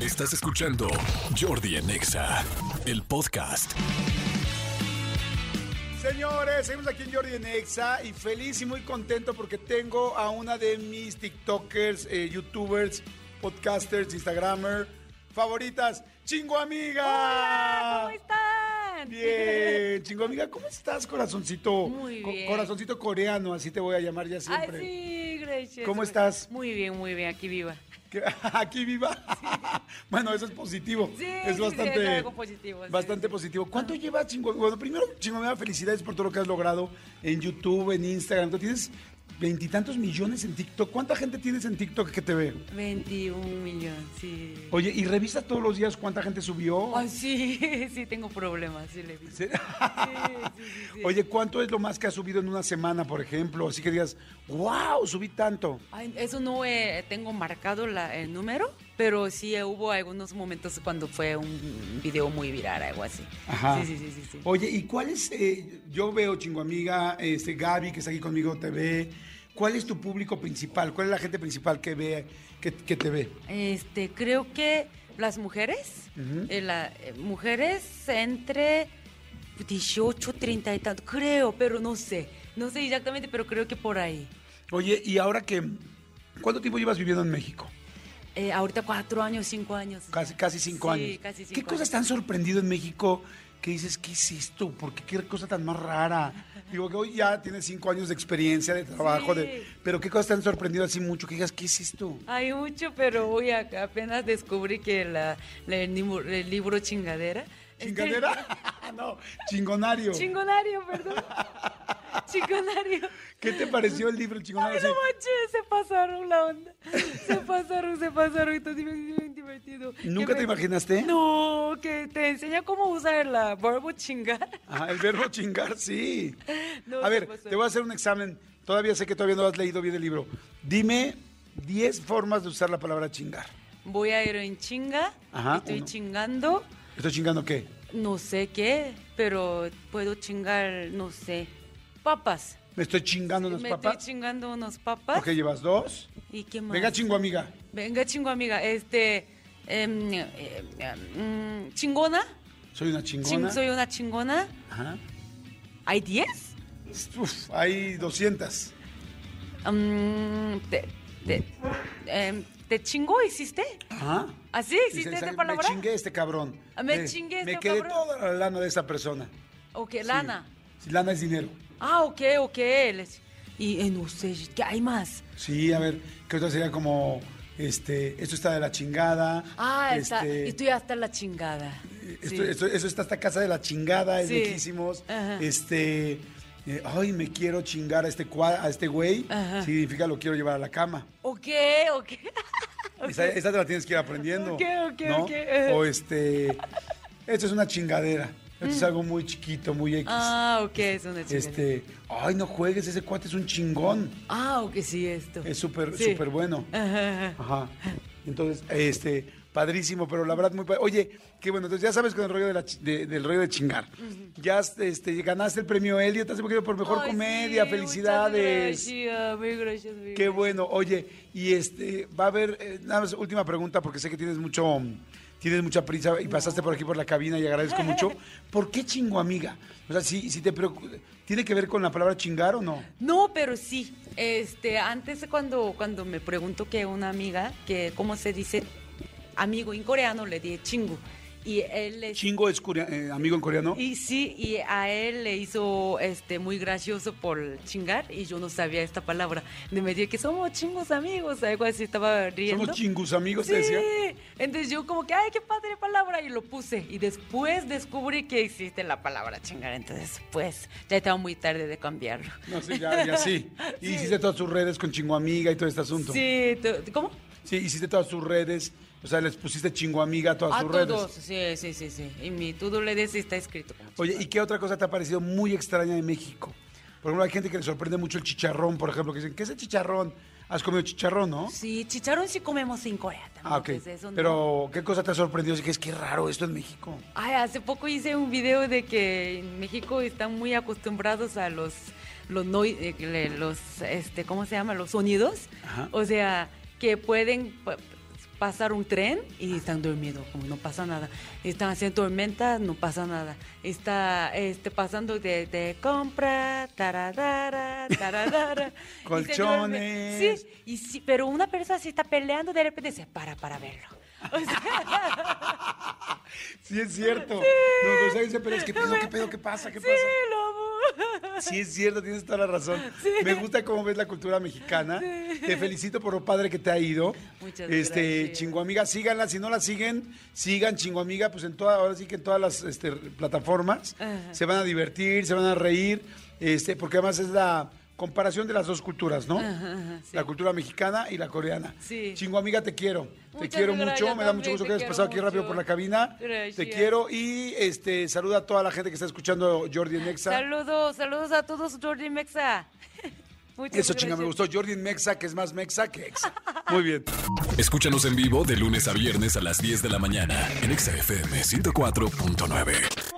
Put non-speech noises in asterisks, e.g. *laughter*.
Estás escuchando Jordi en Exa, el podcast. Señores, seguimos aquí en Jordi en Exa y feliz y muy contento porque tengo a una de mis TikTokers, eh, YouTubers, podcasters, Instagrammer favoritas, Chingo Amiga. Hola, ¿cómo están? *laughs* Bien, Chingo Amiga, ¿cómo estás, corazoncito? Muy Co- bien. corazoncito coreano, así te voy a llamar ya siempre. Ay, sí, gracias. ¿Cómo estás? Muy bien, muy bien, aquí viva. Que- *laughs* Aquí viva. bueno, eso es positivo. Sí, sí, es sí, bastante, es algo positivo, sí, bastante sí. positivo. ¿Cuánto llevas, Chingo? Bueno, primero, Chingo Amiga, felicidades por todo lo que has logrado en YouTube, en Instagram. Tú tienes veintitantos millones en TikTok. ¿Cuánta gente tienes en TikTok que te ve? 21 millones, sí. Oye, ¿y revisas todos los días cuánta gente subió? Ay, sí, *laughs* sí, tengo problemas, sí, le vi. ¿Sí? sí, sí, sí. Oye, ¿cuánto es lo más que has subido en una semana, por ejemplo? Así que digas, wow, subí tanto. Ay, eso no eh, tengo marcado la- el número, pero sí eh, hubo algunos momentos cuando fue un video muy viral, algo así. Sí, sí, sí, sí. sí. Oye, ¿y cuál es? eh, yo veo, chingo amiga, este, Gaby, que está aquí conmigo, te ve. ¿Cuál es tu público principal? ¿Cuál es la gente principal que ve, que, que te ve? Este, creo que las mujeres, eh, la- eh, mujeres entre 18, 30 y tanto, creo, pero no sé, no sé exactamente, pero creo que por ahí. Oye, y ahora que, ¿cuánto tiempo llevas viviendo en México? Eh, ahorita cuatro años, cinco años. Casi, casi cinco Sí, años. casi cinco ¿Qué cosas te han sorprendido en México que dices, ¿qué es esto? ¿Por qué, qué cosa tan más rara? Digo que hoy ya tienes cinco años de experiencia, de trabajo, Sí. de, pero ¿qué cosas te han sorprendido así mucho que digas, ¿qué es esto? Hay mucho, pero hoy ac- apenas descubrí que la, la- el, nimu- el libro Chingadera. ¿Chingadera? *laughs* no, chingonario. Este- chingonario, *laughs* perdón. chingonario. ¿Qué te pareció el libro, el Ay, chingonario? no Sí. manches, se pasaron la onda. Se pasaron, se pasaron. Esto es bien, bien divertido. ¿Nunca Que te me- imaginaste? No, que te enseña cómo usar la verbo chingar. *laughs* Ajá, Ah, el verbo chingar, sí. No, pues, a se ver, pasó. te voy a hacer un examen. Todavía sé que todavía no has leído bien el libro. Dime 10 formas de usar la palabra chingar. Voy a ir en chinga. Ajá, estoy uno. chingando. ¿Estoy chingando qué? No sé qué, pero puedo chingar, no sé, papas. ¿Me estoy chingando unas Me papas? estoy chingando unos papas. Ok, llevas dos. ¿Y qué más? Venga, chingo, amiga. Venga, chingo, amiga. Este, em, eh, em, mm, chingona. Soy una Ching- chingona. soy una chingona. Ajá. ¿Hay 10? Uf, hay 200. Mm, te, te- em, ¿te chingo hiciste? Ajá. ¿Así Dice, hiciste esa "Sabe, palabra? Me chingué este cabrón. Ah, me Eh, chingué este Me quedé cabrón. toda la lana de esa persona. Ok, lana. Sí, lana es dinero. Ah, ok, ok. Les- Y eh, no sé, ¿qué hay más? Sí, a ver, ¿qué otra sería como, este, esto está de la chingada? Ah, está, este, estoy hasta la chingada. esto- esto- eso está hasta casa de la chingada, es Sí. lejísimos. Ajá. Este, eh, ay, me quiero chingar a este, cua- a este güey, Ajá. significa lo quiero llevar a la cama. Ok, ok. *laughs* Esa, esa te la tienes que ir aprendiendo. Ok, ok, ¿no? ok, ajá. O este, esto es una chingadera, esto es algo muy chiquito, muy X. Mm. Ah, ok, es una chingada. este, ay, no juegues, ese cuate es un chingón. Ah, ok, sí, esto. Es súper, Sí. súper bueno. Ajá, ajá. Ajá. Entonces, este, padrísimo, pero la verdad muy pa- Oye, qué bueno, entonces ya sabes con el rollo de la chi- de- del rollo de chingar. Ya este, ganaste el premio Elliot hace poquito por mejor Ay, comedia, sí, felicidades. muchas gracias, muy gracias, muy Qué gracias. bueno, oye, y este, va a haber, eh, nada más, última pregunta, porque sé que tienes mucho, mm, tienes mucha prisa y pasaste por aquí por la cabina y agradezco *laughs* mucho. ¿Por qué chingo amiga? O sea, si, si te preocu- ¿tiene que ver con la palabra chingar o no? No, pero sí. Este, antes cuando, cuando me preguntó que una amiga, que cómo se dice amigo en coreano, le dije chingu. Y él le- Chingo es corea- eh, amigo en coreano. y sí, y a él le hizo este muy gracioso por chingar y yo no sabía esta palabra. Y me dijo que somos chingos amigos, algo así estaba riendo. Somos chingus amigos, Sí, te decía. entonces yo como que, ay, qué padre palabra, y lo puse. Y después descubrí que existe la palabra chingar, entonces pues ya estaba muy tarde de cambiarlo. No, sí, ya, ya *laughs* sí. Y hiciste todas tus redes con Chingo Amiga y todo este asunto. Sí, tú- ¿cómo? Sí, hiciste todas tus redes. O sea, les pusiste Chingo Amiga a todas a tus todos, redes. sí, sí, sí, sí. Y mi todo le dice está escrito. como Oye, ¿y qué otra cosa te ha parecido muy extraña de México? Por ejemplo, hay gente que le sorprende mucho el chicharrón, por ejemplo, que dicen, ¿qué es el chicharrón? Has comido chicharrón, ¿no? Sí, chicharrón sí comemos en Corea también. Ah, ok. entonces eso no- Pero, ¿qué cosa te ha sorprendido? Así que es que es raro esto en México. Ay, hace poco hice un video de que en México están muy acostumbrados a los, los, noi- eh, le- los este, ¿cómo se llama? Los sonidos. Ajá. O sea, que pueden pa- pasar un tren y están durmiendo, como no pasa nada. Están haciendo tormenta, no pasa nada. Está este, pasando de, de compra, taradara, *laughs* taradara. y se Colchones. duerme. Sí, y sí, pero una persona si está peleando, de repente se para *laughs* para verlo. O sea, Sí, es cierto. No, no, ¿sabes? Pero es que pedo, ¿qué pedo? ¿Qué pasa? ¿Qué sí, pasa? lobo. Sí, es cierto, tienes toda la razón. Me gusta cómo ves la cultura mexicana. Te felicito por lo padre que te ha ido. Muchas este, gracias. Chingo Amiga, síganla. Si no la siguen, sigan Chingo Amiga, pues en toda, ahora sí que en todas las este, plataformas. Ajá. Se van a divertir, se van a reír, este, porque además es la comparación de las dos culturas, ¿no? Ajá, ajá, sí. La cultura mexicana y la coreana. Sí. Chingo Amiga, te quiero. te Muchas quiero gracias, mucho. Me da mucho también gusto te que hayas quiero pasado aquí rápido mucho. por la cabina. Te Gracias. quiero y este, saluda a toda la gente que está escuchando Jordi en Nexa. Saludos, saludos a todos, Jordi Mexa. *laughs* Muchas Eso chinga, me gracias. gustó. Jordi en Mexa, que es más Mexa que Exa. Muy bien. Escúchanos en vivo de lunes a viernes a las 10 de la mañana en Exa FM 104.9.